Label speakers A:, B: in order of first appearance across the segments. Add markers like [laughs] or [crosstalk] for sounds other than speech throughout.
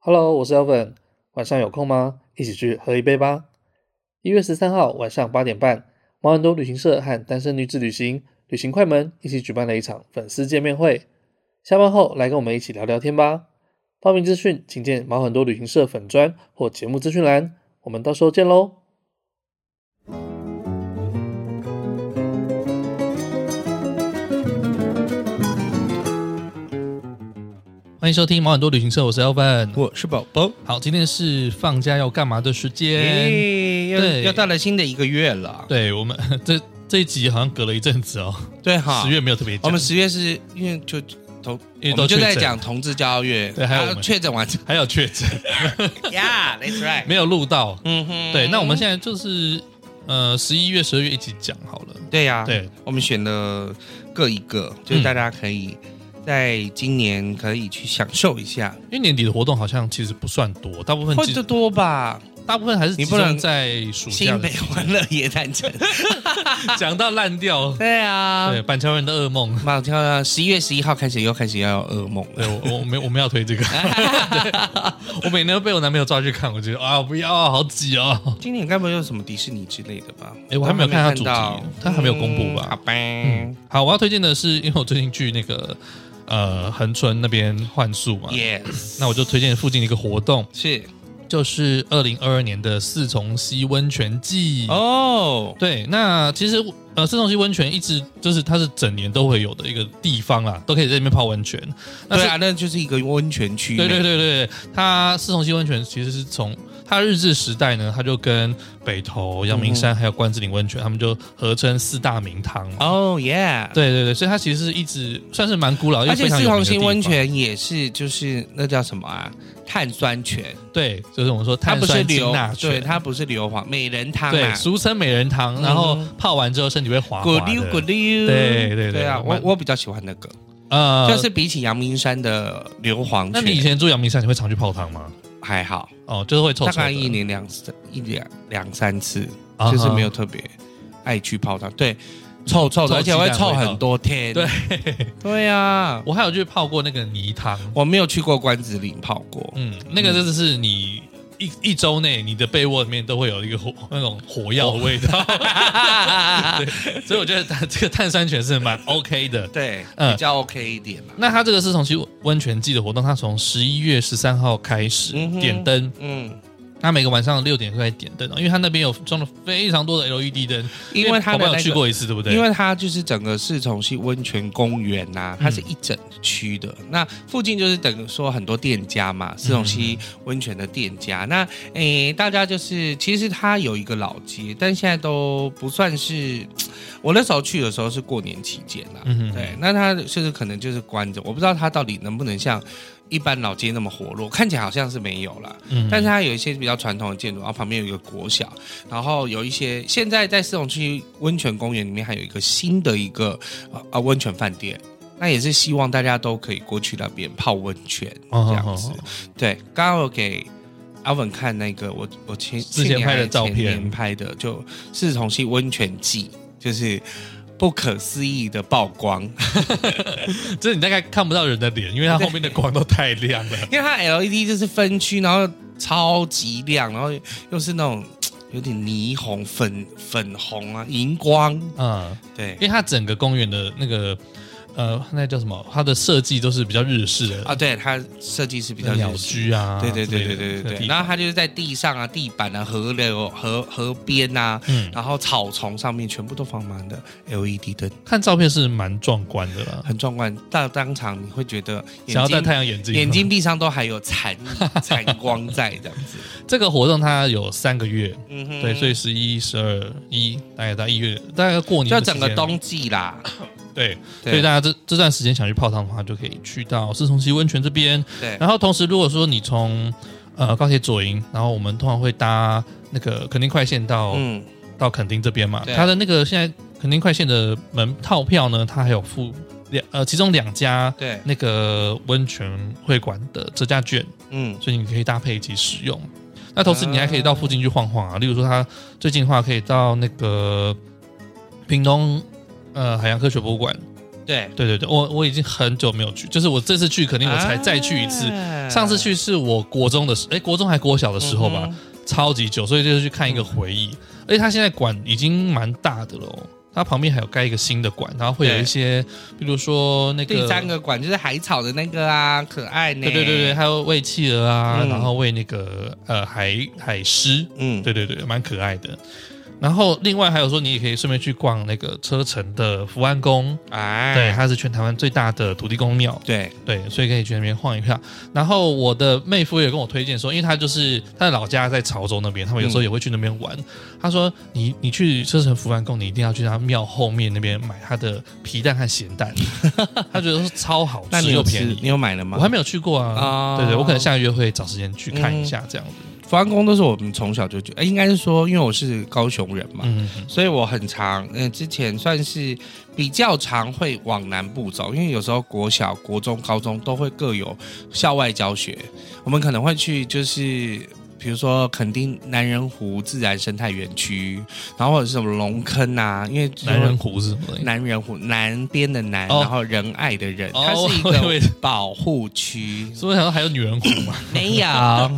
A: Hello，我是 Elvin，晚上有空吗？一起去喝一杯吧。一月十三号晚上八点半，毛很多旅行社和单身女子旅行旅行快门一起举办了一场粉丝见面会。下班后来跟我们一起聊聊天吧。报名资讯请见毛很多旅行社粉专或节目资讯栏。我们到时候见喽。欢迎收听毛很多旅行社，我是 Elvin。
B: 我是宝宝。
A: 好，今天是放假要干嘛的时间？
B: 耶，要
A: 对
B: 要到了新的一个月了，
A: 对哎我们 [laughs] 这这一集好像隔了一阵子哦，
B: 对哈。
A: 十月，没有特别讲。
B: 我们十月是因为就同，
A: 因为
B: 我
A: 都
B: 们就
A: 确诊
B: 在讲同志交月，
A: 对还有我
B: 啊
A: 们
B: 确诊完之后
A: 还有
B: [laughs]
A: 确诊，
B: ，Yeah，that's right。
A: 没有录到。
B: 嗯哼，
A: 对，那我们现在就是呃十一月、十二月一起讲好了。
B: 对呀，
A: 对，嗯
B: 我们选了各一个，就是大家可以在今年可以去享受一下，
A: 因为年底的活动好像其实不算多，大部分
B: 或
A: 集
B: 者多吧。
A: 大部分还是集
B: 你不能
A: 中在暑假
B: 新
A: 的
B: 北
A: 时间。
B: 欢乐野诞城，
A: [laughs] 讲到烂掉，
B: [laughs] 对啊
A: 对，，板桥人的噩梦。
B: 马跳啊，十一月十一号开始又开始要有噩梦
A: 对
B: 了。
A: 我，我没有我们要
B: [laughs]
A: 推这个。对我每年都被我男朋友抓去看，我觉得啊，不要啊，好挤哦。
B: 今年该不会有什么迪士尼之类的吧？
A: 哎我还没有看它主题
B: 到
A: 它还没有公布吧
B: 嗯好吧，
A: 嗯，好，我要推荐的是，因为我最近去那个呃恒春那边换宿嘛，
B: Yes，
A: 那我就推荐附近的一个活动，
B: 是
A: 就是二零二二年的四重溪温泉季。
B: 哦，
A: 对，那其实呃，四重溪温泉一直就是它是整年都会有的一个地方啦，都可以在里面泡温泉。那是
B: 对啊，那就是一个温泉区，
A: 对对，对对对，它四重溪温泉其实是从它日治时代呢，它就跟北投、阳明山还有关子岭温泉，他们就合称四大名堂嘛。
B: 哦耶，，
A: 对对对，所以它其实是一直算是蛮古老，又
B: 而且
A: 非常
B: 四
A: 有名
B: 重
A: 的地
B: 溪
A: 方
B: 温，泉也是就是那叫什么啊，碳酸泉，
A: 对，就是我们说
B: 它
A: 碳
B: 不是
A: 酸氢
B: 硫
A: 钠，泉，
B: 对，它不是硫磺，美人汤
A: 对
B: 啊，
A: 俗称美人汤，然后
B: 嗯
A: 泡完之后身体会滑
B: 咕
A: 滑
B: 溜咕
A: 的，
B: 溜，
A: 对对对
B: 对啊，我
A: 蛮
B: 我比较喜欢那个，
A: 呃，
B: 就是比起阳明山的硫磺
A: 那你以
B: 泉
A: 前住阳明山，你会常去泡汤吗？
B: 还好，
A: 哦，就是会臭
B: 大
A: 臭
B: 概
A: 的，
B: 一年两次，一两两三次，
A: 啊哈
B: 就是没有特别爱去泡汤，对。臭臭的，
A: 臭
B: 而
A: 鸡
B: 且
A: 蛋
B: 会
A: 的
B: 臭
A: 味道
B: 很多天。
A: 对，
B: 对啊，
A: 我还有去泡过那个泥汤，
B: 我没有去过关子岭泡过，
A: 嗯，那个真的是你一一周内你的被窝里面都会有一个火那种火药的
B: [laughs]
A: 味道， [laughs] 对，所以我觉得它这个碳酸泉是蛮 OK 的。
B: 对，
A: 嗯
B: 比较 OK 一点啦。
A: 那它这个是从去温泉季的活动，它从十一月十三号开始
B: 嗯哼
A: 点灯，
B: 嗯，
A: 它每个晚上六点会开始点灯，哦因为它那边有装了非常多的 LED 灯，
B: 因为它
A: 我
B: 的那
A: 们有
B: 个
A: 去，过一次，对不对？
B: 因为它就是整个四重溪温泉公园呐、
A: 嗯
B: 它是一整区的。那附近就是等于说很多店家嘛，四重溪
A: 嗯
B: 温泉的店家。那诶，大家就是其实它有一个老街，但现在都不算是。我那时候去的时候是过年期间啦，
A: 嗯哼
B: 对，那它就是可能就是关着，我不知道它到底能不能像一般老街那么活络，看起来好像是没有啦。
A: 嗯
B: 但是它有一些比较传统的建筑，然后旁边有一个国小，然后有一些现在在四重区温泉公园里面还有一个新的一个呃啊温泉饭店，那也是希望大家都可以过去那边泡温泉这样子。
A: 哦哦
B: 对，刚刚我给阿文看那个我我前
A: 之前拍的照片
B: 去年还前年拍的就四重溪温泉季，就是不可思议的曝光， [laughs]
A: 就是你大概看不到人的脸，因为它后面的光都太亮了。
B: 因为它 LED 就是分区，然后超级亮，然后又是那种有点霓虹、粉粉红啊、荧光，
A: 嗯，
B: 对
A: 因为它整个公园的那个呃，那叫什么？它的设计都是比较日式的
B: 啊，对，它设计是比较
A: 鸟
B: 日式。
A: 居啊，
B: 对对对对
A: 之类的
B: 对对对，
A: 地方
B: 然后它就是在地上啊、地板啊、河流、河河边啊，
A: 嗯，
B: 然后草丛上面全部都放满了 LED 灯，
A: 看照片是蛮壮观的啦，
B: 很壮观。到当场你会觉得眼
A: 想要戴
B: 睛
A: 太阳眼镜，
B: 眼睛闭上都还有残残光在这样子。
A: 这个活动它有三个月，
B: 嗯哼
A: 对，所以十一、十二、一，大概到一月，大概过年
B: 就
A: 的
B: 整个
A: 时间
B: 冬季啦，
A: 对，
B: 对
A: 所以大家这这段时间想去泡汤的话，就可以去到四重溪温泉这边。
B: 对，
A: 然后同时，如果说你从呃高铁左营，然后我们通常会搭那个垦丁快线到、
B: 嗯，
A: 到垦丁这边嘛，
B: 对
A: 它的那个现在垦丁快线的门套票呢，它还有附两呃其中两家
B: 对，
A: 那个温泉会馆的折价券，
B: 嗯，
A: 所以你可以搭配一起使用。那同时你还可以
B: 啊
A: 到附近去晃晃啊，例如说它最近的话可以到那个屏东呃海洋科学博物馆，
B: 对，
A: 对对对，我我已经很久没有去，就是我这次去肯定我才再去一次。
B: 啊
A: 上次去是我国中的时，哎，国中还国小的时候吧，
B: 嗯
A: 超级久，所以就是去看一个回忆。而且它现在馆已经蛮大的了、哦，它旁边还有盖一个新的馆，然后会有
B: 对
A: 一些，比如说那个
B: 第三个馆就是海草的那个啊，可爱呢。
A: 对对对对，，还有喂企鹅啊，
B: 嗯
A: 然后喂那个呃海海狮，
B: 嗯，
A: 对对对，蛮可爱的。然后另外还有说，你也可以顺便去逛那个车城的福安宫，
B: 哎，
A: 对，它是全台湾最大的土地公庙，
B: 对
A: 对，所以可以去那边晃一下。然后我的妹夫也跟我推荐说，因为他就是他的老家在潮州那边，他们有时候也会去那边玩。他说你你去车城福安宫，你一定要去他庙后面那边买他的皮蛋和咸
B: [laughs]
A: 蛋，他觉得说超好
B: 那
A: 吃
B: 你有
A: 又
B: 吃
A: 便宜。
B: 你有买了吗？
A: 我还没有去过啊，
B: 啊
A: 对对，我可能下个月会找时间去看一下这样子。
B: 福安宫都是我们从小就觉得，哎应该是说，因为我是高雄人嘛，
A: 嗯，嗯
B: 所以我很常，嗯、之前算是比较常会往南部走，因为有时候国小、国中、高中都会各有校外教学，我们可能会去就是。比如说，垦丁南人湖自然生态园区，然后或者是什么龙坑啊，因为
A: 男人湖是什么东西？
B: 南人湖南边的南，
A: 哦
B: 然后仁爱的人，
A: 哦
B: 它是一
A: 我以为
B: 个保护区，
A: 所以我想说还有女人湖
B: [laughs]
A: 嘛？
B: 没有，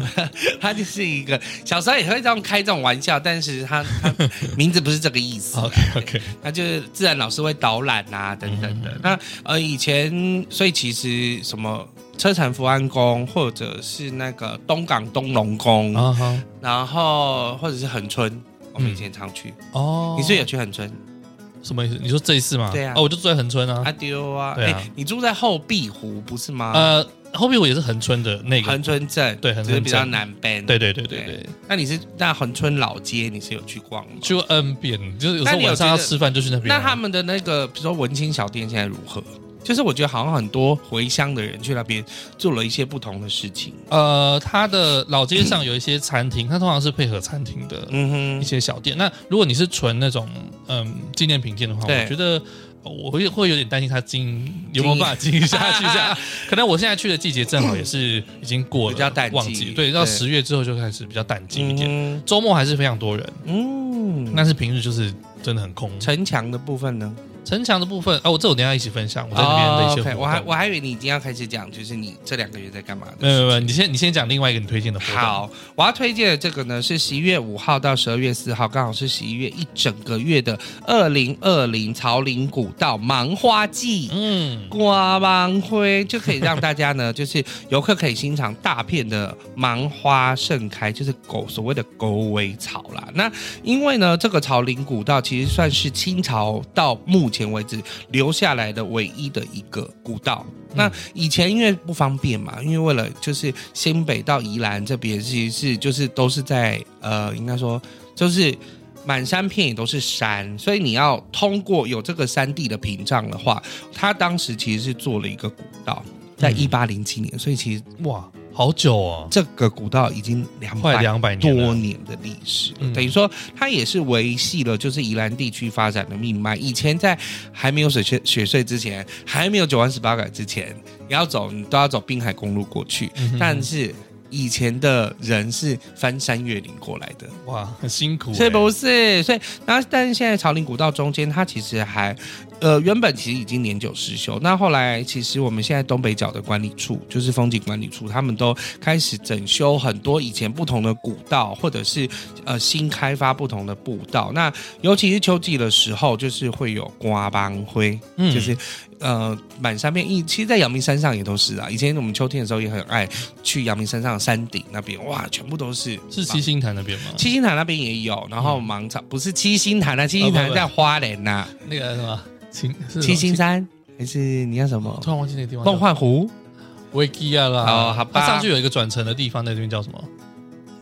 B: [laughs] 他就是一个小时候也会这样开这种玩笑，但是他他名字不是这个意思啊，
A: OK OK，
B: 那就是自然老师会导览啊等等
A: 嗯
B: 的。那呃以前，所以其实什么车城福安宫，或者是那个东港东龙宫，
A: 啊好
B: 然后或者是恒春。我们以前常去，
A: 哦，
B: 你是不是有去恒春
A: 什么意思？你说这一次吗？
B: 对啊
A: 哦，我就住在恒春啊
B: 阿。丢啊？
A: 对啊
B: 哎你住在后壁湖不是吗？
A: 呃，后面我也是恒春的那个
B: 啊恒，春镇，
A: 对恒
B: 只是
A: 春
B: 比较
A: 镇
B: 南边。
A: 对对对对对，
B: 那你是那恒春老街，你是有去逛吗？
A: 去过 N 遍，就是有时
B: 那
A: 候
B: 你有
A: 晚上
B: 觉
A: 要
B: 得
A: 吃饭就去那边啊。
B: 那他们的那个，比如说文青小店现在如何？就是我觉得好像很多回乡的人去那边做了一些不同的事情。
A: 呃，它的老街上有一些餐厅，它通常是配合餐厅的
B: 嗯
A: 一
B: 哼，
A: 些小店。那如果你是纯那种嗯纪念品店的话，
B: 对
A: 我觉得呃我会会有点担心它经营有没有办法经营下去。
B: [laughs]
A: 这样，可能我现在去的季节正好也是已经过了
B: 比较淡季
A: 旺季，对，到
B: 对
A: 十月之后就开始比较淡季一点。
B: 嗯
A: 周末还是非常多人，
B: 嗯，那
A: 但是平日就是真的很空。
B: 城墙的部分呢？
A: 城墙的部分哦，我这我等一下一起分享我在那边的一些活
B: o k
A: 动。
B: 哦我还我还以为你已经要开始讲，就是你这两个月在干嘛
A: 没有没
B: 的。
A: 有没有，你先你先讲另外一个你推荐的活动。，
B: 好，我要推荐的这个呢是十一月五号到十二月四号，刚好是十一月一整个月的二零二零草岭古道芒花季。
A: 嗯，
B: 瓜芒灰就可以让大家呢，就是游客可以欣赏大片的芒花盛开，就是狗所谓的狗尾草啦。那因为呢，这个草林古道其实算是清朝到目前为止留下来的唯一的一个古道。那以前因为不方便嘛，因为为了就是新北到宜兰这边，其实是就是都是在呃，应该说就是满山遍野都是山，所以你要通过有这个山地的屏障的话，他当时其实是做了一个古道，在
A: 嗯
B: 一八零七年，所以其实
A: 哇，好久哦，
B: 这个古道已经两
A: 快
B: 百
A: 两百年
B: 多
A: 了。
B: 年的历史了，
A: 嗯
B: 等于说它也是维系了就是宜兰地区发展的命脉。以前在还没有水税雪税之前，还没有九弯十八拐之前，你要走你都要走滨海公路过去，
A: 嗯哼
B: 但是以前的人是翻山越岭过来的。
A: 哇，很辛苦欸。
B: 是不是？所以，然后，但是现在朝林古道中间，它其实还，呃，原本其实已经年久失修。那后来，其实我们现在东北角的管理处，就是风景管理处，他们都开始整修很多以前不同的古道，或者是呃新开发不同的步道。那尤其是秋季的时候，就是会有瓜帮灰，
A: 嗯
B: 就是呃满山遍一，其实，在阳明山上也都是啊。以前我们秋天的时候也很爱去阳明山上的山顶那边，哇，全部都是
A: 是七星潭那边吗？
B: 七星潭那边也有，然后芒草不是七星潭啊，七星潭在花莲呐、
A: 那个什么青是
B: 七星
A: 什么
B: 山还是你要什么
A: 我？突然忘记那个地方叫。
B: 梦幻湖？
A: 维基亚啦，
B: 哦好吧
A: 它上去有一个转乘的地方，那边叫什么？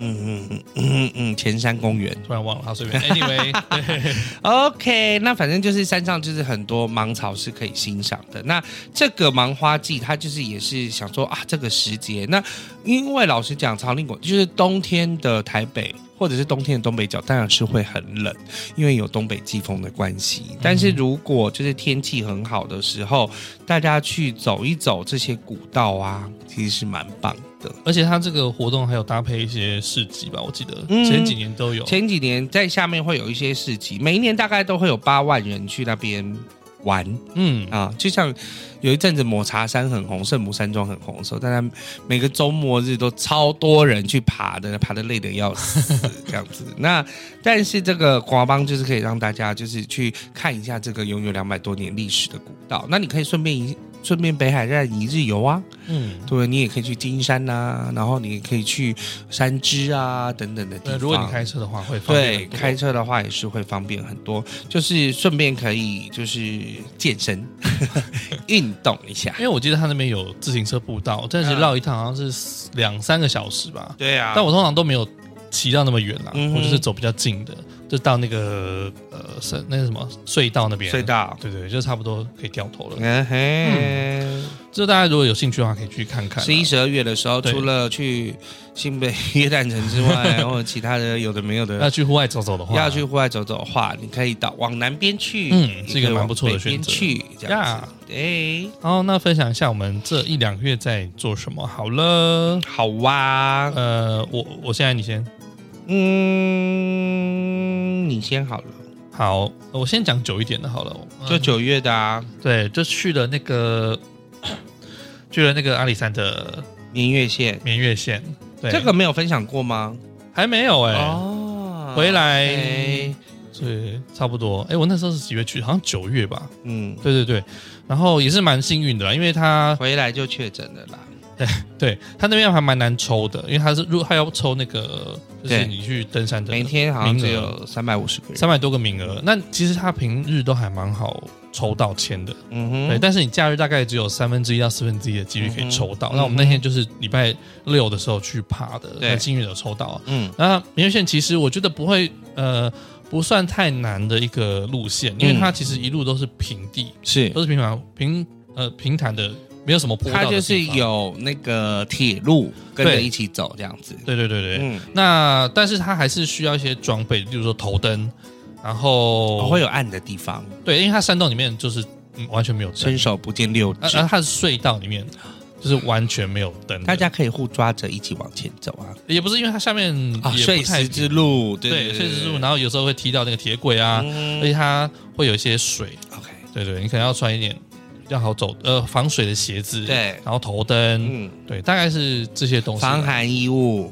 B: 嗯嗯嗯嗯嗯，前山公园。
A: 突然忘了，好
B: [laughs]
A: 随便。Anyway，对
B: OK，那反正就是山上就是很多芒草是可以欣赏的。那这个芒花季，它就是也是想说啊，这个时节，那因为老实讲，长令馆就是冬天的台北。或者是冬天的东北角，当然是会很冷，因为有东北季风的关系。但是如果就是天气很好的时候，大家去走一走这些古道啊，其实是蛮棒的。
A: 而且它这个活动还有搭配一些市集吧，我记得
B: 嗯
A: 前几年都有。
B: 前几年在下面会有一些市集，每一年大概都会有八万人去那边玩
A: 嗯，
B: 啊，就像有一阵子抹茶山很红，圣母山庄很红的时候，大家每个周末日都超多人去爬的，爬的累的要死这样子。那但是这个瓜邦就是可以让大家就是去看一下这个拥有两百多年历史的古道，那你可以顺便一顺便北海岸一日游啊，
A: 嗯，
B: 对，你也可以去金山呐、然后你也可以去山支啊等等的地
A: 那
B: 方。
A: 呃如果你开车的话会方便
B: 对
A: 很多
B: 开车的话也是会方便很多，就是顺便可以就是健身
A: [laughs]
B: 运动一下
A: 因。为我记得他那边有自行车步道，但
B: 嗯
A: 是绕一趟好像是两三个小时吧。
B: 对啊
A: 但我通常都没有骑到那么远啦，
B: 嗯哼
A: 我就是走比较近的，就到那个呃是那个什么隧道那边。
B: 隧，道，
A: 对对，就差不多可以掉头了。
B: 嗯嘿，
A: 就大家如果有兴趣的话，可以去看啊看啦。
B: 十一、十二月的时候，
A: 对
B: 除了去新北耶诞城之
A: [laughs]
B: 外，或者其他的有的没有
A: 要
B: 的，
A: 去户外走走的话，
B: 要去户外走走的话，你可以到往南边去，
A: 嗯
B: 也
A: 是一个
B: 可以往
A: 蛮不错的
B: 北边
A: 选择
B: 去这样子，哎，
A: 然后那分享一下我们这一两个月在做什么好了。
B: 好啊哇，
A: 呃，我我现在你先
B: 嗯，你先好了，
A: 好，我先讲久一点的好了。
B: 就
A: 嗯
B: 九月的啊，
A: 对，就去了那个 [coughs] 去了那个阿里山的
B: 明月线，
A: 绵月县，对，
B: 这个没有分享过吗？
A: 还没有
B: 欸
A: 哎、
B: 哦
A: 回来
B: OK，
A: 对，差不多。哎，我那时候是几月去？好像九月吧。
B: 嗯，
A: 对对对，然后也是蛮幸运的啦，因为他
B: 回来就确诊了啦。
A: 对他那边还蛮难抽的，因为他是如他要抽那个，就是
B: 对
A: 你去登山的
B: 每天好像只有三百五十个人。
A: 三百多个名额，那其实他平日都还蛮好抽到签的，
B: 嗯
A: 对，
B: 哼，
A: 但是你假日大概只有三分之一到四分之一的几率可以抽到。
B: 嗯哼
A: 那我们那天就是礼拜六的时候去爬的，
B: 对
A: 很幸运有抽到啊。
B: 嗯
A: 那明月线其实我觉得不会，呃，不算太难的一个路线，因为
B: 嗯
A: 它其实一路都是平地，
B: 是，
A: 都是平坦平呃平坦的，没有什么坡道。
B: 他就是，有那个铁路跟着
A: 对
B: 一起走这样子。
A: 对对对对。
B: 嗯，那
A: 那但是它还是需要一些装备，例如说头灯，然
B: 我
A: 后
B: 哦会有暗的地方，
A: 对，因为它山洞里面就是、嗯完全没有灯
B: 伸，手不见六
A: 而
B: 指
A: 而，它的隧道里面就是完全没有灯的，
B: 大家可以互抓着一起往前走啊。
A: 也不是因为它下面
B: 啊，
A: 也
B: 碎
A: 不太
B: 石之路，对
A: 对碎石之路，
B: 呢？
A: 然后有时候会踢到那个铁轨啊，而且
B: 嗯
A: 它会有一些水，
B: ，OK，
A: 对对，你可能要穿一点比较好走呃防水的鞋子，
B: 对
A: 然后头灯，
B: 嗯，哦
A: 对，大概是这些东西吧。
B: 防寒衣物。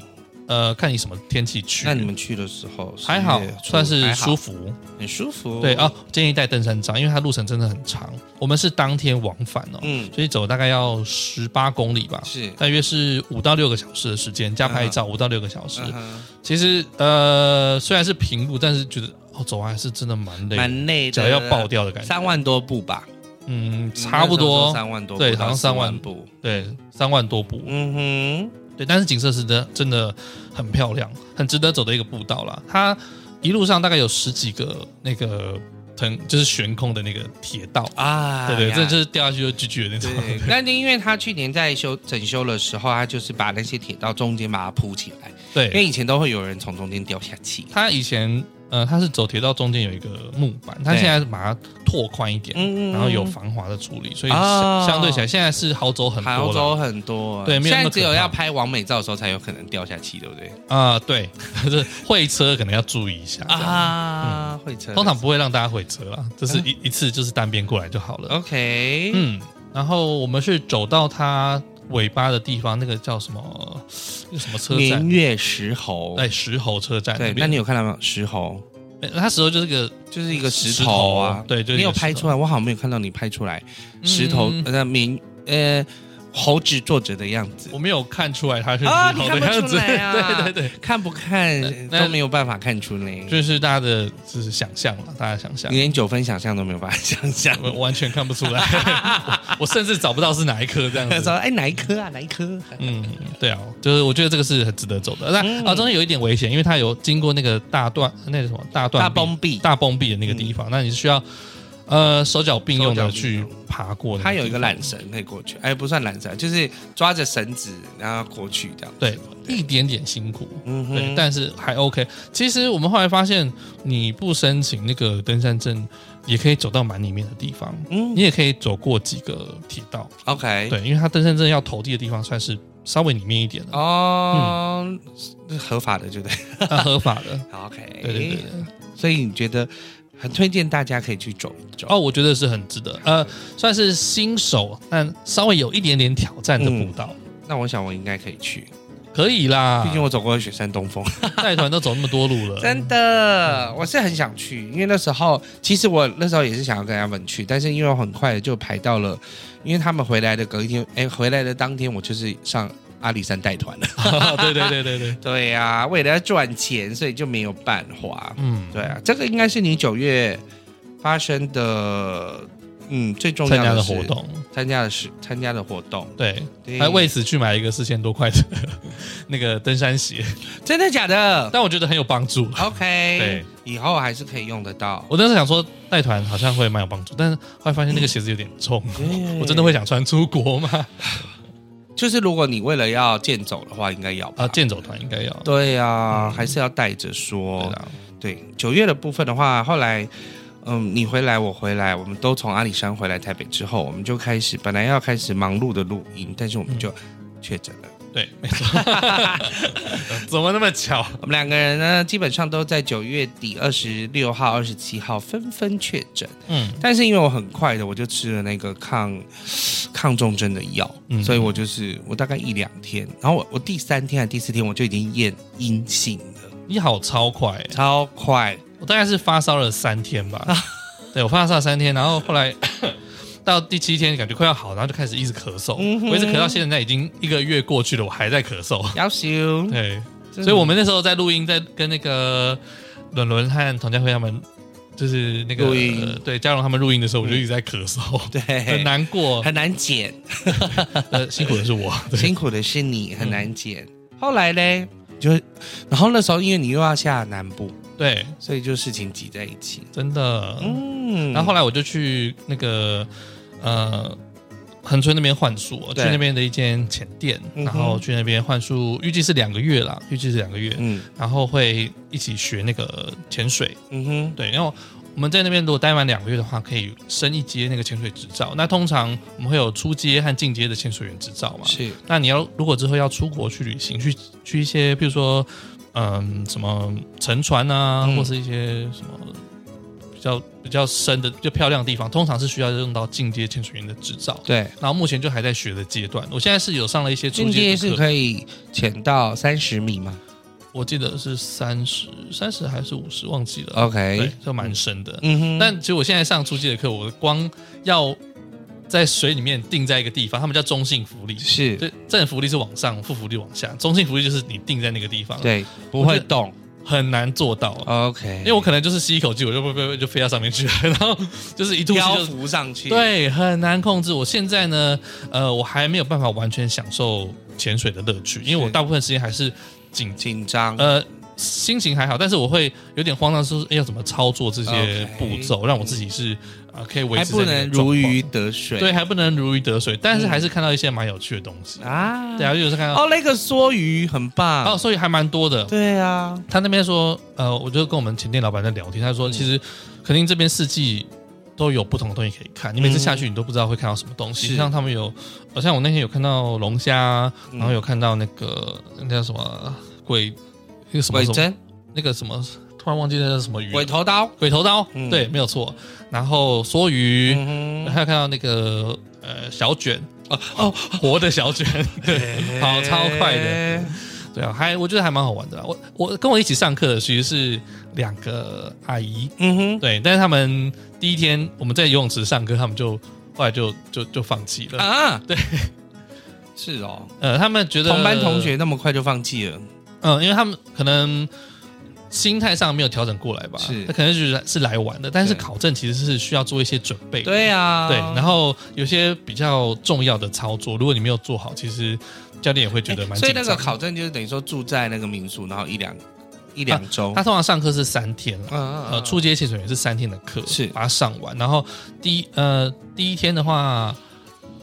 A: 呃，看你什么天气去。
B: 那你们去的时候
A: 还好
B: 10月，初
A: 算是
B: 还好
A: 舒服。
B: 很舒哦服。
A: 对啊，，建议带登山杖，因为它路程真的很长。我们是当天往返哦，
B: 嗯，
A: 所以走大概要十八公里吧，
B: 是，
A: 大约是五到六个小时的时间，加拍照五到六个小时。
B: 嗯哼
A: 其实呃，虽然是平路，但是觉得哦，走完还是真的蛮累的，
B: 蛮累的，
A: 脚要爆掉的感觉。
B: 三万多步吧，
A: 嗯，差不多。
B: 三万多步，
A: 对
B: 到
A: 好像
B: 四
A: 3万
B: 步。
A: 对，三万多步，
B: 嗯
A: 对，但是景色是真的真的很漂亮，很值得走的一个步道啦。它一路上大概有十几个那个腾，就是悬空的那个铁道，
B: 哼，啊，
A: 对对，
B: 呀
A: 这就是掉下去就 GG 的那
B: 对
A: 种。，
B: 那因为他去年在修整修的时候，他就是把那些铁道中间把它铺起来，因为
A: 对，
B: 以前都会有人从中间掉下去。
A: 它以前呃，它是走铁道中间有一个木板，它
B: 对
A: 现在把它拓宽一点，
B: 嗯
A: 然后有防滑的处理，所以
B: 哦
A: 相相对起来现在是好走很
B: 杭
A: 多
B: 州
A: 了
B: 很多，
A: 对没
B: 现
A: 有那
B: 在
A: 么
B: 只
A: 可
B: 有
A: 怕
B: 要拍完美照的时候才有可能掉下去，对不对？
A: 啊、对， [laughs] 就是会车可能要注意一下啊。
B: 啊，嗯会车
A: 通常不会让大家会车啦，就是一、一次就是单边过来就好了。
B: OK，
A: 嗯，然后我们是走到它尾巴的地方，那个叫什么？那个什么车
B: 明
A: 站？
B: 月石猴，
A: 哎，石猴车站
B: 对，
A: 那
B: 那
A: 边。
B: 你有看到没有石猴？
A: 哎它石猴就是个
B: 就是一个石头啊，
A: 对，就是
B: 你
A: 一个
B: 有拍
A: 石头
B: 出来？我好像没有看到你拍出来石头
A: 嗯
B: 呃明呃猴子坐着的样子
A: 我，没有看出来它是石
B: 啊
A: 猴
B: 你看
A: 的
B: 不
A: 样
B: 出
A: 子。
B: 来啊
A: 对对对，
B: 看不看
A: 那
B: 都没有办法看出来，
A: 就是大家的就是想象了，大家想象
B: 你，连九分想象都没有办法想象。
A: 我完全看不出来，我我甚至找不到是哪一颗这样
B: 说
A: 子。
B: 哎哪一颗啊哪一颗？
A: 嗯，对啊，就是我觉得这个是很值得走的。
B: 嗯
A: 那啊，中间有一点危险，因为它有经过那个大段，那个什么大段
B: 大
A: 壁
B: 崩壁，嗯
A: 大崩壁的那个地方，那你是需要呃手脚并用
B: 手
A: 的
B: 脚并
A: 去
B: 用
A: 爬过那
B: 它
A: 地
B: 有一个
A: 方
B: 缆，绳可以过去，哎不算缆绳，就是抓着绳子然后过去这样。
A: 对，一点点辛苦，
B: 嗯
A: 对，
B: 哼，
A: 但是还 OK。其实我们后来发现，你不申请那个登山证，也可以走到蛮里面的地方，
B: 嗯哎
A: 你也可以走过几个铁道，
B: OK
A: 对，因为它登山证要投递的地方算是稍微里面一点的，嗯
B: 哦，合法的就对。
A: 那合法的，
B: OK，
A: 对对对对。
B: 所以你觉得很推荐大家可以去走一走。
A: 哦，我觉得是很值得，呃，算是新手，但稍微有一点点挑战的
B: 嗯
A: 步道，
B: 那我想我应该可以去，
A: 可以啦。
B: 毕竟我走过雪山东峰，
A: 带团都走那么多路了，
B: [laughs] 真的，我是很想去，因为那时候其实我那时候也是想要跟他们去，但是因为我很快就排到了，因为他们回来的隔一天，哎，回来的当天我就是上阿里山带团了。
A: [laughs] 对对对对对，
B: 对呀、为了要赚钱，所以就没有办法。
A: 嗯，
B: 对啊，这个应该是你九月发生的，嗯，最重要
A: 参加的
B: 是
A: 活，动，
B: 参加的是参加的活动，
A: 对，
B: 对
A: 还哎为此去买一个四千多块的 [laughs] 那个登山鞋，
B: 真的假
A: [laughs]
B: 的
A: 但我觉得很有帮助。
B: ？OK，
A: 对，
B: 以后还是可以用得到。
A: 我当时想说带团好像会蛮有帮助，但是后来发现那个鞋子有点重，
B: 嗯
A: [laughs] 我真的会想穿出国吗？
B: 就是如果你为了要健走的话，应该要吧
A: 啊，健走团应该要。
B: 对呀、还是要带着说
A: 对。啊啦
B: 对，九月的部分的话，后来。嗯，你回来，我回来，我们都从阿里山回来台北之后，我们就开始本来要开始忙碌的录音，但是我
A: 嗯
B: 们就确诊了。
A: 对，没
B: [laughs]
A: 错。 [laughs] 怎么那么巧？
B: 我们两个人呢，基本上都在九月底二十六号、二十七号纷纷确诊，
A: 嗯，
B: 但是因为我很快的我就吃了那个抗抗重症的药，
A: 嗯
B: 所以我就是我大概一两天，然后我我第三天还是第四天我就已经验阴性了，
A: 你好超快欸，
B: 超快，
A: 我大概是发烧了三天
B: [laughs]
A: 吧。对我发烧了三天，然后后来 [coughs] 到第七天感觉快要好，然后就开始一直咳嗽，
B: 嗯哼
A: 我一直咳到现在已经一个月过去了，我还在
B: [laughs]
A: 咳嗽。
B: 要修，
A: 对，
B: 真的
A: 所以我们那时候在录音，在跟那个伦伦和唐佳慧他们，就是那个
B: 录音
A: 呃对嘉荣他们录音的时候，我就一直在咳嗽，
B: 对
A: 很难过，
B: 很难减，
A: 呃，辛苦的是我，对嗯
B: 辛苦的是你很难减。后来嘞，就然后那时候因为你又要下南部，
A: 对，
B: 所以就事情挤在一起，
A: 真的。
B: 嗯，
A: 然后后来我就去那个呃恒春那边换宿，去
B: 对
A: 那边的一间浅店，
B: 嗯哼
A: 然后去那边换宿，预计是两个月啦，预计是两个月，
B: 嗯
A: 然后会一起学那个潜水，
B: 嗯哼。
A: 对，然后我们在那边如果待满两个月的话，可以升一阶那个潜水执照。那通常我们会有初阶和进阶的潜水员执照嘛？
B: 是，
A: 那你要如果之后要出国去旅行，去去一些比如说嗯什么沉船啊，
B: 嗯
A: 或是一些什么比较比较深的、比较漂亮的地方，通常是需要用到进阶潜水员的执照。
B: 对，
A: 然后目前就还在学的阶段，我现在是有上了一些初
B: 进
A: 阶
B: 阶
A: 的
B: 是
A: 课，
B: 可以潜到三十米吗
A: 我记得是三十三十还是五十，忘记了。对
B: ？OK，，
A: 就蛮深的。
B: 啊哎嗯哼，
A: 但其实我现在上初级的课，我光要在水里面定在一个地方，他们叫中性浮力，
B: 是
A: 对，正浮力是往上，负浮力往下，中性浮力就是你定在那个地方，，
B: 对，哦不会动
A: 很难做到。啊
B: ，OK，
A: 因为我可能就是吸一口气，我就会会就飞到上面去了， [laughs] 然后就是一吐气
B: 漂
A: 就
B: 浮上去，，
A: 对，很难控制。我现在呢，呃，我还没有办法完全享受潜水的乐趣，因为我
B: 是
A: 大部分时间还是紧
B: 紧张，
A: 呃，心情还好，但是我会有点慌张，说哎要怎么操作这些
B: OK
A: 步骤，让我自己是啊、呃可以维
B: 还
A: 持
B: 不
A: 在那
B: 能
A: 个状
B: 如
A: 况
B: 鱼，得水，
A: 对，还不能如鱼得水，但是还是看到一些蛮有趣的东西。
B: 啊，
A: 对啊，就是看到
B: 哦，那个梭鱼很棒，
A: 哦，所以还蛮多的。
B: 对啊，
A: 他那边说，呃，我就跟我们前店老板在聊天，他说其
B: 嗯
A: 实肯定这边四季都有不同的东西可以看，你每次下去你都不知道会看到什么东西。
B: 是
A: 像他们有，好像我那天有看到龙虾，
B: 嗯
A: 然后有看到那个那叫什么鬼，那个什么
B: 尾
A: 什么
B: 针、
A: 那个什么，突然忘记那叫什么鱼了，
B: 尾头刀，
A: 鬼头刀，
B: 嗯
A: 对，没有错。然后梭鱼，
B: 嗯哼，
A: 还有看到那个呃小卷，
B: 哦哦，
A: 活的
B: [laughs]
A: 小卷，对， [laughs] 跑超快的，
B: 的，
A: 对啊，还我觉得还蛮好玩的啦。我我跟我一起上课的其实是两个阿姨，
B: 嗯哼，
A: 对，但是他们第一天我们在游泳池上课，他们就后来就就就放弃了。
B: 啊，
A: 对，
B: 是哦，
A: 呃，他们觉得
B: 同班同学，那么快就放弃了，
A: 嗯，因为他们可能心态上没有调整过来吧，
B: 是
A: 他可能就是是来玩的，但是
B: 对
A: 考证其实是需要做一些准备的。
B: 对啊，
A: 对，然后有些比较重要的操作，如果你没有做好，其实教练也会觉得蛮
B: 所
A: 紧
B: 以
A: 张的、啊
B: 那个考证就是等于说住在那个民宿，然后一两一两周。
A: 他通常上课是三天啦，
B: 嗯
A: 呃，初阶潜水员是三天的课，
B: 是
A: 把它上完。然后第一呃第一天的话，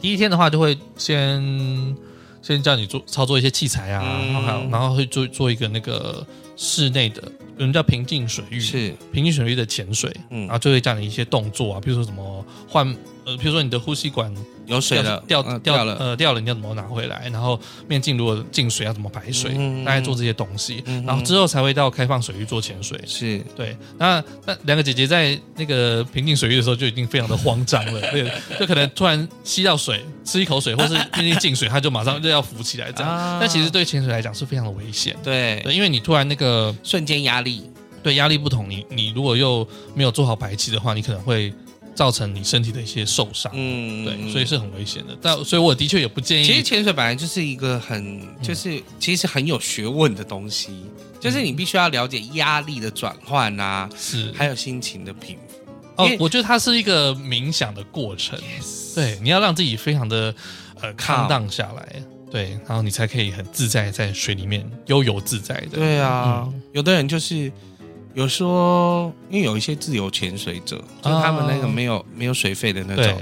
A: 第一天的话就会先先叫你做操作一些器材啊，
B: 嗯
A: 然后还有然后会做做一个那个室内的，我们叫平静水域，
B: 是
A: 平静水域的潜水，
B: 嗯
A: 然后就会教你一些动作啊，比如说什么换呃，比如说你的呼吸管
B: 有水
A: 掉
B: 了，
A: 掉
B: 嗯
A: 掉
B: 掉了，
A: 呃掉了，你要怎么拿回来？然后面镜如果进水要怎么排水？
B: 嗯
A: 大概做这些东西，
B: 嗯
A: 然后之后才会到开放水域做潜水。
B: 是
A: 对，那那两个姐姐在那个平静水域的时候就已经非常的慌张了，对，就可能突然吸到水，吃一口水，或是面镜进水，她就马上就要浮起来这样。
B: 啊
A: 但其实对潜水来讲是非常的危险，
B: 对，
A: 对，因为你突然那个
B: 瞬间压力，
A: 对压力不同，你你如果又没有做好排气的话，你可能会造成你身体的一些受伤。
B: 嗯
A: 对，所以是很危险的。但所以我的确也不建议。
B: 其实潜水本来就是一个
A: 嗯
B: 很，就是其实很有学问的东西，就是
A: 嗯
B: 你必须要了解压力的转换啊，
A: 是
B: 还有心情的平复。
A: 哦
B: 因为，
A: 我觉得它是一个冥想的过程。对，你要让自己非常的呃
B: 靠
A: calm down 下来，对，然后你才可以很自在地在水里面悠游自在的。
B: 对啊，
A: 嗯
B: 有的人就是有说，因为有一些自由潜水者，就是他们那个
A: 啊
B: 没有、没有水费的那
A: 对
B: 种，，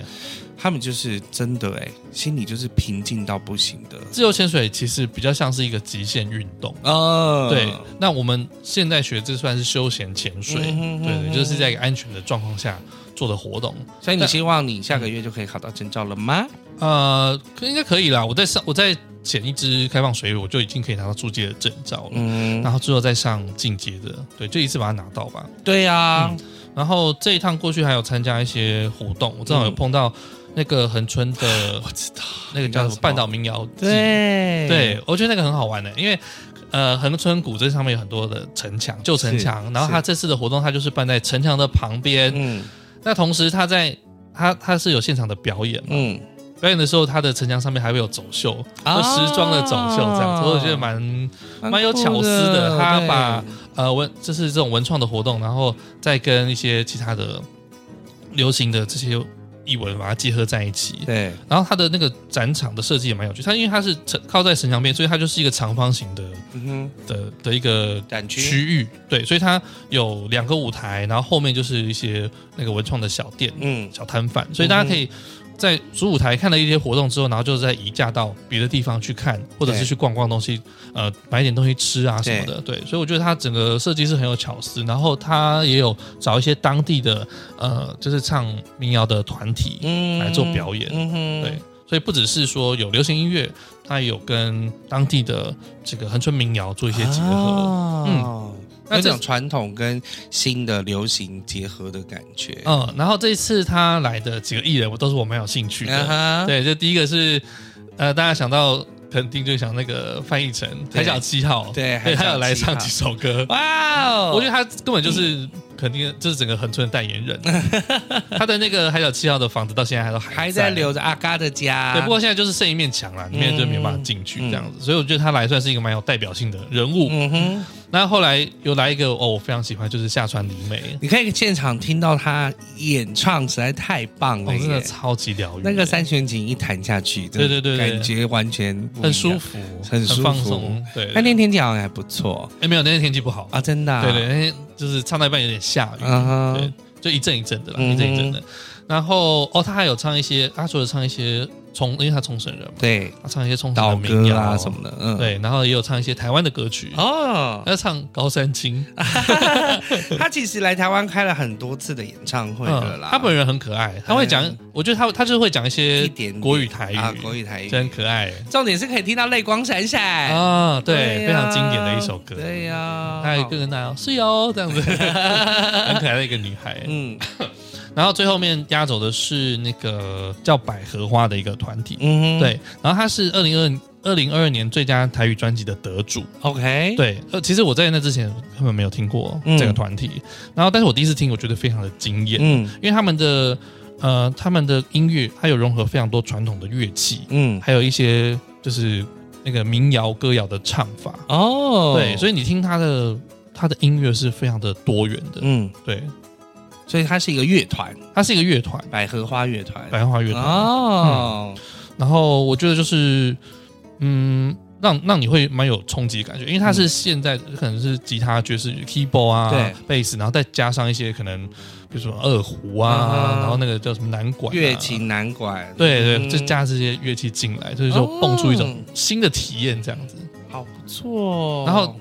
B: 他们就是真的哎、心里就是平静到不行的。
A: 自由潜水其实比较像是一个极限运动。啊
B: 哦，
A: 对，那我们现在学这算是休闲潜水，
B: 嗯哼
A: 对
B: 嗯
A: 对，
B: 哼
A: 就是在一个安全的状况下做的活动。
B: 所以你希望你下个月就可以考到证照了吗？
A: 呃，可应该可以啦。我在上，我在潜一支开放水域，我就已经可以拿到注界的证照了。
B: 嗯，
A: 然后之后再上进阶的，对，就一次把它拿到吧。
B: 对
A: 嗯
B: 啊，
A: 然后这一趟过去还有参加一些活动，我正好有
B: 嗯
A: 碰到那个恒春的，嗯 [laughs] 我知道那个叫
B: 那个
A: 什么
B: 什么
A: 半岛民谣季，
B: 对
A: 对，我觉得那个很好玩的、欸因为呃恒春古镇上面有很多的城墙，旧城墙，
B: 是
A: 然后它这次的活动它就是办在城墙的旁边，
B: 嗯
A: 那同时它在它它是有现场的表演嘛，
B: 嗯，
A: 表演的时候它的城墙上面还会有走秀，
B: 啊
A: 就时装的走秀这样子，我觉得蛮蛮有巧思的
B: 嗯酷
A: 他
B: 对
A: 把呃文，就是这种文创的活动，然后再跟一些其他的流行的这些译文把它结合在一起。
B: 对
A: 然后它的那个展场的设计也蛮有趣，它因为它是城靠在城墙边，所以它就是一个长方形的
B: 嗯
A: 的的一个
B: 哼展区
A: 区域，对，所以它有两个舞台，然后后面就是一些那个文创的小店、
B: 嗯
A: 小摊贩，所以大家可以在主舞台看了一些活动之后，然后就再移驾到别的地方去看，或者
B: 对
A: 是去逛逛东西，呃，买点东西吃啊什么的。对，所以我觉得它整个设计是很有巧思，然后它也有找一些当地的呃，就是唱民谣的团体，
B: 嗯
A: 来做表演
B: 嗯哼
A: 对。所以不只是说有流行音乐，它也有跟当地的这个恒春民谣做一些结合。
B: 嗯，
A: 那
B: 那
A: 这
B: 种传统跟新的流行结合的感觉。
A: 嗯，然后这一次他来的几个艺人，我都是我蛮有兴趣的。
B: 啊哈，
A: 对，就第一个是，呃，大家想到肯定就想那个范逸臣《海角七号》，
B: 对
A: 对，
B: 海
A: 他
B: 角
A: 有来
B: 七号
A: 唱几首歌。
B: 哇哦，
A: 我觉得他根本就是肯定就是整个恒春的
B: [laughs]
A: 代言人，他的那个《海角七号》的房子到现在还都
B: 还在。
A: 在
B: 留着阿嘎的家。
A: 对，不过现在就是剩一面墙了，里面就没办法进去
B: 嗯
A: 这样子，所以我觉得他来算是一个蛮有代表性的人物。
B: 嗯哼，
A: 那后来又来一个哦，我非常喜欢，就是下川里美，
B: 你可以现场听到他演唱，实在太棒
A: 哦
B: 了，耶！
A: 真的超级疗愈，
B: 那个三弦琴一弹下去，
A: 对对对对
B: 感觉完全不一样
A: 很舒。服，
B: 很舒服
A: 放松。对，
B: 那
A: 那
B: 天天气好像还不错
A: 哎没有那天天气不好，
B: 啊，真的啊。
A: 对对，那天就是唱到一半有点下雨，
B: 啊哈
A: 对，就一阵一阵的啦，
B: 嗯哼
A: 一阵一阵的。然后哦，他还有唱一些，他除了唱一些冲，因为他冲绳人嘛，
B: 对，
A: 他唱一些冲绳
B: 倒
A: 的民
B: 歌
A: 谣
B: 啊什么，的，嗯，
A: 对，然后也有唱一些台湾的歌曲。
B: 哦， [laughs]
A: 他唱高山青，
B: 他其实来台湾开了很多次的演唱会了啦。
A: 嗯他本人很可爱，他会讲
B: 嗯，
A: 我觉得他他就是会讲一些
B: 一点点
A: 国语台
B: 啊，
A: 语，
B: 国语台语，
A: 真可爱
B: 重点是可以听到泪光闪闪。
A: 啊！对，
B: 对呀
A: 非常经典的一首歌。
B: 对啊呀，
A: 还有一个人呢，是哦哟，这
B: [laughs]
A: 样子，很可爱的一个女孩。
B: 嗯
A: 然后最后面压轴的是那个叫百合花的一个团体，
B: 嗯，
A: 对，然后她是二零二二零二二年最佳台语专辑的得主，
B: 嗯，OK，，
A: 对，呃，其实我在那之前根本没有听过这个团体，然后但是我第一次听，我觉得非常的惊艳，
B: 嗯
A: 因为他们的呃他们的音乐它有融合非常多传统的乐器，
B: 嗯，
A: 还有一些就是那个民谣歌谣的唱法，
B: 哦，
A: 对，所
B: 以
A: 以你听他的他的音乐是非常的多元的，
B: 嗯，
A: 对，
B: 所以它是一个乐团，
A: 它是一个乐团，
B: 百合花乐团，
A: 白花乐团。
B: 啊
A: 嗯
B: 哦，
A: 然后我觉得就是，嗯，让让你会蛮有冲击的感觉，因为它是
B: 嗯
A: 现在可能是吉他、爵士、keyboard 啊、贝斯，然后再加上一些可能，比如说二胡啊，
B: 嗯哼
A: 然后那个叫什么南管、啊
B: 乐器。南管，
A: 对对，
B: 嗯
A: 就加这些乐器进来，所以就
B: 哦
A: 蹦出一种新的体验这样子。
B: 好不错哦。
A: 然后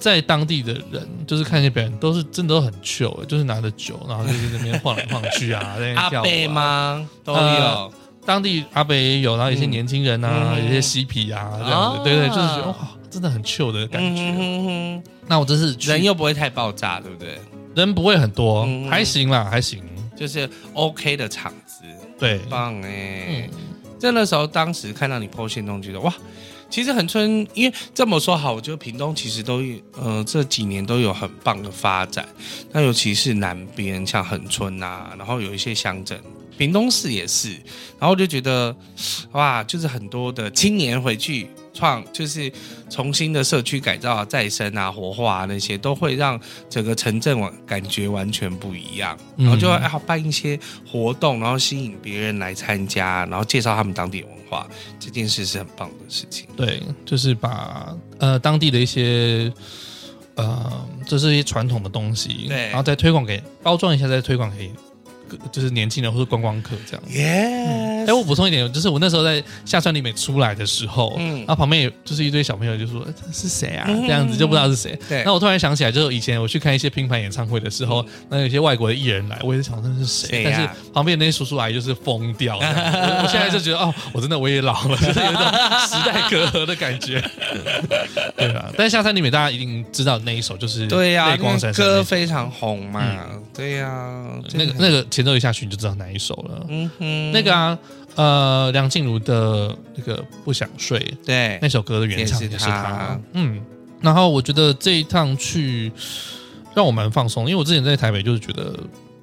A: 在当地的人，就是看一些表演，都是真的都很糗、就是拿着酒，然后就是在那边晃来晃去啊，在那
B: 阿
A: 边
B: 贝
A: 跳舞、啊。
B: 吗？都有
A: 呃，当地阿北也有，然后有些年轻人啊，
B: 嗯
A: 有些嬉皮啊，这样子，
B: 哦
A: 对对，就是觉得哇，真的很 chill 的感觉。
B: 嗯哼哼哼
A: 那我真是去
B: 人又不会太爆炸，对不对？
A: 人不会很多，
B: 嗯
A: 还行啦，还行。
B: 就是 OK 的场子，
A: 对，
B: 棒哎、
A: 嗯，
B: 在那时候，当时看到你 PO 线动，觉得哇，其实恒春，因为这么说好，我觉得屏东其实都有，呃，这几年都有很棒的发展。那尤其是南边，像恒春啊，然后有一些乡镇，屏东市也是。然后我就觉得，哇，就是很多的青年回去创，就是重新的社区改造啊、再生啊、活化啊那些，都会让整个城镇完感觉完全不一样。
A: 嗯
B: 然后就会要办一些活动，然后吸引别人来参加，然后介绍他们当地文化，这件事是很棒的事情。
A: 对，就是把呃当地的一些呃，就是一些传统的东西，
B: 对
A: 然后再推广给包装一下，再推广给就是年轻人或者观光客这样。
B: 耶、
A: 哎、我补充一点，就是我那时候在下川里美出来的时候，
B: 嗯
A: 然后旁边也就是一堆小朋友就说呃这是谁啊，
B: 嗯
A: 这样子就不知道是谁。
B: 对
A: 那我突然想起来，就是以前我去看一些拼盘演唱会的时候，那有些外国的艺人来，我也是想说那是谁，
B: 谁
A: 但
B: 呀
A: 是旁边那些叔叔阿姨就是
B: [laughs]
A: 疯掉这样子。我我现在就觉得哦，我真的我也老了，就是有一种时代隔阂的
B: [laughs]
A: 感觉。对啊，但是下山里美大家一定知道那一首就是
B: 对啊呀、
A: 泪光闪闪那
B: 歌
A: 一首
B: 非常红嘛，对呀、
A: 那个那个前奏一下去你就知道哪一首了。
B: 嗯哼
A: 那个啊，呃，梁静茹的那个不想睡
B: 对
A: 那首歌的原唱
B: 也是
A: 也是
B: 他
A: 他，嗯，然后我觉得这一趟去让我蛮放松，因为我之前在台北就是觉得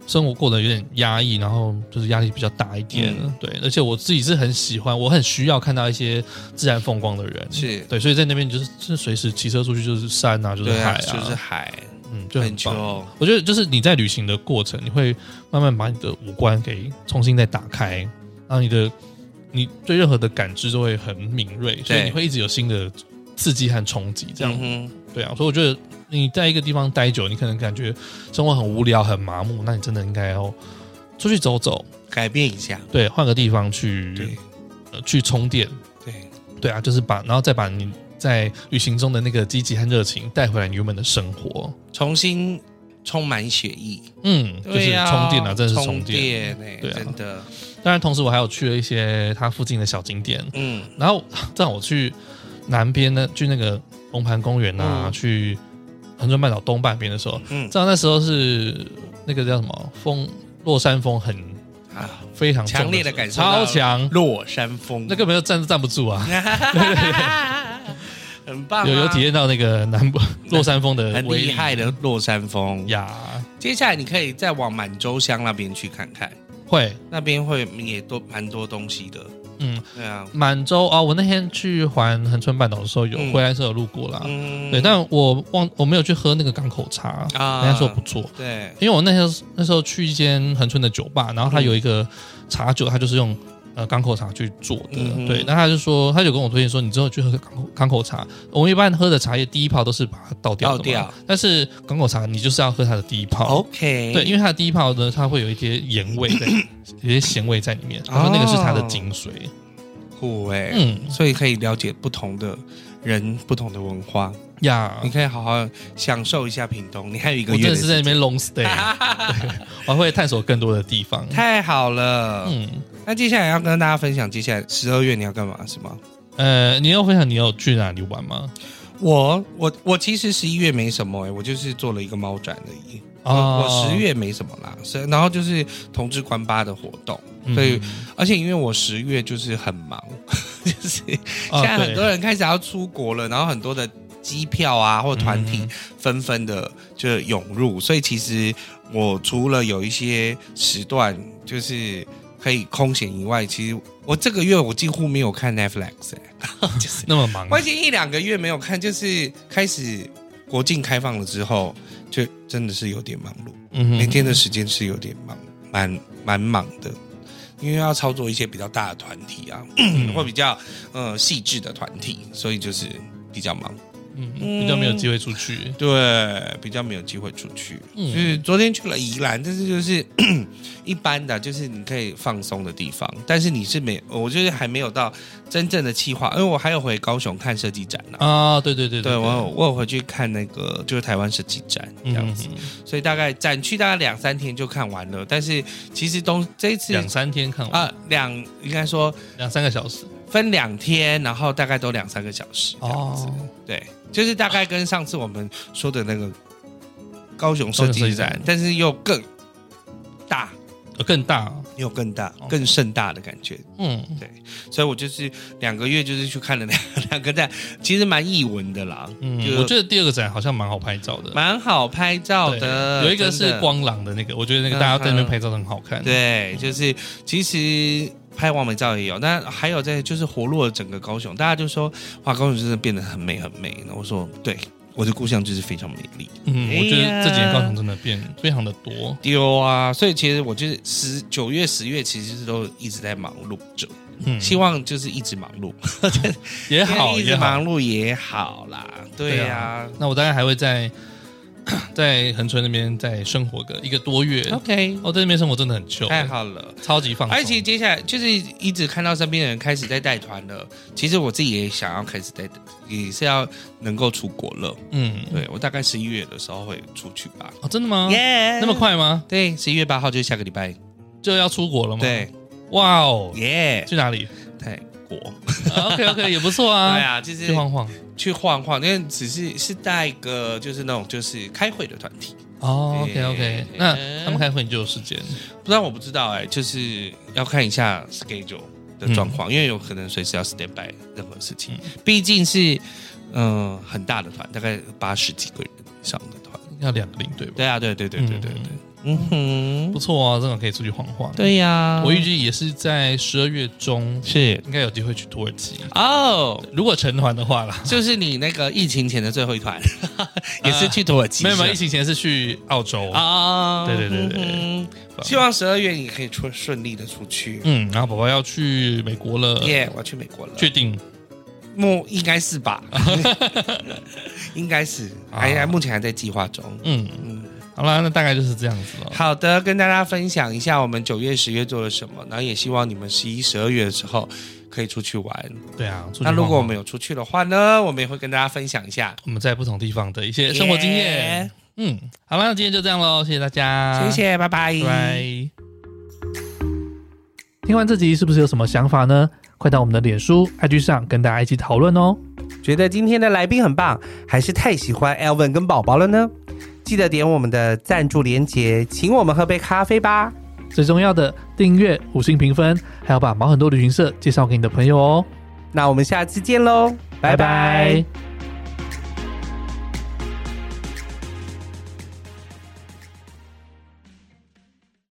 A: 生活过得有点压抑，然后就是压力比较大一点，
B: 嗯
A: 对，而且我自己是很喜欢，我很需要看到一些自然风光的人，
B: 是
A: 对，所以在那边就是是随时骑车出去就是山啊，就是
B: 对
A: 海
B: 啊，
A: 啊，
B: 就是海，
A: 嗯，就很棒。
B: 穷，
A: 我觉得就是你在旅行的过程，你会慢慢把你的五官给重新再打开，然后你的你对任何的感知都会很敏锐，所以你会一直有新的刺激和冲击。这样、
B: 嗯哼
A: 对啊，所以我觉得你在一个地方待久，你可能感觉生活很无聊、很麻木，那你真的应该要出去走走，
B: 改变一下，
A: 对，换个地方
B: 对
A: 去、呃、去充电，
B: 对，
A: 对啊，就是把然后再把你在旅行中的那个积极和热情带回来你原本的生活。
B: 重新充满血意，
A: 嗯，就是
B: 对呀
A: 充电啊，真的是
B: 充
A: 充电。
B: 电哎、
A: 对啊
B: 真的，
A: 当然，同时我还有去了一些它附近的小景点。
B: 嗯，
A: 然后，让我去南边呢，去那个龙盘公园啊，
B: 嗯
A: 去横春半岛东半边的时候，
B: 嗯
A: 知道那时候是那个叫什么风，落山风很
B: 啊，
A: 非常重
B: 强烈地
A: 的时候
B: 感受
A: 超
B: 到嗯
A: 强，
B: 落山风，
A: 那根本就站都站不住啊！
B: [laughs] 很棒、啊，
A: 有有体验到那个
B: [laughs]
A: 南部落山风的
B: 很
A: 威
B: 厉
A: 力
B: 害的落山风。
A: 呀，
B: 接下来你可以再往满洲乡那边去看看，
A: 会
B: 那边会也都蛮多东西的。
A: 嗯，
B: 对啊，
A: 满洲啊、我那天去环横春半岛的时候有、
B: 嗯
A: 回来的时候有路过啦，
B: 嗯
A: 对，但我忘我没有去喝那个港口茶，
B: 啊
A: 人家说不错。
B: 对，
A: 因为我那时候那时候去一间恒春的酒吧，然后他有一个茶酒，他就是用呃港口茶去做的，
B: 嗯哼
A: 对。那他就说，他就跟我推荐说，你之后去喝港口港口茶。我们一般喝的茶叶第一泡都是把它倒掉的嘛
B: 倒掉哦
A: 但是港口茶你就是要喝它的第一泡。
B: ，OK，
A: 对，因为它的第一泡呢，它会有一些盐味在，有一些咸味在里
B: 哦
A: 面。他说那个是它的精髓。
B: 酷哎、
A: 嗯
B: 所以可以了解不同的人、不同的文化，
A: 呀
B: 你，可以好好享受一下屏东。你还有一个
A: 我
B: 月
A: 真的
B: 的
A: 是在那
B: 时间
A: 边
B: [laughs]
A: long stay，对我还会探索更多的地方。
B: 太好了。
A: 嗯，
B: 那接下来要跟大家分享，接下来十二月你要干嘛是吗？
A: 呃，你有分享你有去哪里玩吗？
B: 我我我其实十一月没什么哎、我就是做了一个猫展而已。
A: 啊
B: 我我十月没什么啦，是然后就是同志关吧的活动，
A: 嗯
B: 所以、
A: 啊
B: 而且因为我十月就是很忙， [laughs] 就是
A: 哦
B: 现在很多人开始要出国了，然后很多的机票啊或团体
A: 嗯
B: 纷纷的就涌入，所以其实我除了有一些时段就是可以空闲以外，其实我这个月我几乎没有看 Netflix，、欸、就是
A: 那么忙
B: 我已经一两个月没有看，就是开始国境开放了之后，就真的是有点忙碌，
A: 嗯哼
B: 每天的时间是有点忙，蛮蛮忙的，因为要操作一些比较大
A: 嗯
B: 的团体啊，或比较呃细致的团体，所以就是比较忙。
A: 嗯，比较没有机会出去。
B: 对，比较没有机会出去。
A: 嗯
B: 就是昨天去了宜兰，但是就是 [coughs] 一般的，就是你可以放松的地方。但是你是没，我就是还没有到真正的计划，因为我还有回高雄看设计展呢、
A: 啊，对对对
B: 对我有我有回去看那个就是台湾设计展这样子，
A: 嗯
B: 所以大概展区大概两三天就看完了。但是其实东这一次
A: 两三天看完，
B: 啊两应该说
A: 两三个小时
B: 分两天，然后大概都两三个小时这样子。
A: 哦
B: 对，就是大概跟上次我们说的那个高雄设
A: 高雄设
B: 计
A: 计
B: 展
A: 展，
B: 但是又更大，
A: 呃更大哦。
B: 又更大、
A: 哦
B: 更盛大的感觉。
A: 嗯
B: 所以我就是两个月就是去看了两 [laughs] 两个展，其实蛮译文的啦，
A: 嗯，
B: 就
A: 我觉得第二个展好像蛮好拍照的。
B: 蛮好拍照
A: 对
B: 的。
A: 有一个
B: 真
A: 是
B: 的，嗯
A: 光朗的那个，我觉得那个大家在那边拍照都很好看。，
B: 对，就是其实。拍完美照也有，那还有在就是活络整个高雄，大家就说哇，高雄真的变得很美很美。那我说对，我的故乡就是非常美丽。
A: 嗯，我觉
B: 哎
A: 得这几年高雄真的变非常的多。
B: 丢啊！所以其实我就是十九月、十月，其实都一直在忙碌着，
A: 嗯，
B: 希望就是一直忙碌，
A: 也好
B: 一
A: 也
B: 直
A: 好
B: 忙。碌也好啦。对
A: 对
B: 呀、
A: 那我大概还会在 [coughs] 在恒春那边再生活个一个多月。
B: OK，
A: 哦，在那边生活真的很 chill，
B: 太好了。
A: 超级放松。
B: 而且接下来就是一直看到身边的人开始在带团了，其实我自己也想要开始带，也是要能够出国了。
A: 嗯，
B: 对我大概十一月的时候会出去吧。
A: 哦，真的吗？
B: 耶、
A: 那么？快吗？
B: 对，十一月八号就是下个礼拜。
A: 就要出国了吗？，
B: 对，
A: 哇哦，
B: 耶、
A: 去哪里
B: 泰国。
A: ？OK OK，也不错
B: [laughs] 对
A: 啊。
B: 啊，就是
A: 去晃晃
B: 去晃晃，因为只是是带一个就是那种就是开会的团体，
A: 哦
B: 对
A: ，OK OK，那他们开会你就有时间，
B: 不然我不知道哎、就是要看一下 schedule 的状况，因为有可能随时要 stand by 任何事情，毕竟是嗯、呃很大的团，大概八十几个人以上的团。
A: 要两个领队吧？
B: 对啊，对对对对对对，嗯
A: 不
B: 哼，
A: 错啊，正好可以出去晃晃。，
B: 对呀、
A: 我预计也是在十二月中，
B: 是
A: 应该有机会去土耳其，
B: 哦。
A: 如果成团的话啦。
B: 就是你那个疫情前的最后一 [laughs] 团，也是去土耳其是
A: 没
B: 吧、
A: 有没有，疫情前是去澳洲啊，
B: 啊！
A: 对对对对对
B: 嗯哼希望十二月你可以出顺利的出去。
A: 嗯，然后宝宝要去美国了，
B: 耶、我要嗯去美国了，
A: 确定
B: 目应该是 [laughs] 吧，应该是，
A: 啊
B: 还、还目前还在计划中。
A: 嗯，
B: 嗯，
A: 好啦，那大概就是这样子了。
B: 好的，跟大家分享一下我们九月、十月做了什么，然后也希望你们十一、十二月的时候可以出去玩。
A: 对啊，出去
B: 那如
A: 晃
B: 果
A: 晃
B: 我们有出去的话呢，我们也会跟大家分享一下
A: 我们在不同地方的一些生活经验。
B: 耶
A: 嗯，好啦，那今天就这样喽，谢谢大家，
B: 谢谢，拜拜，
A: 拜拜。
C: 听完这集是不是有什么想法呢？快到我们的脸书、IG 上跟大家一起讨论哦。
B: 觉得今天的来宾很棒，还是太喜欢 Elvin 跟宝宝了呢？记得点我们的赞助连结，请我们喝杯咖啡吧。
C: 最重要的，订阅、五星评分，还要把毛很多旅行社介绍给你的朋友哦。
B: 那我们下次见喽，拜拜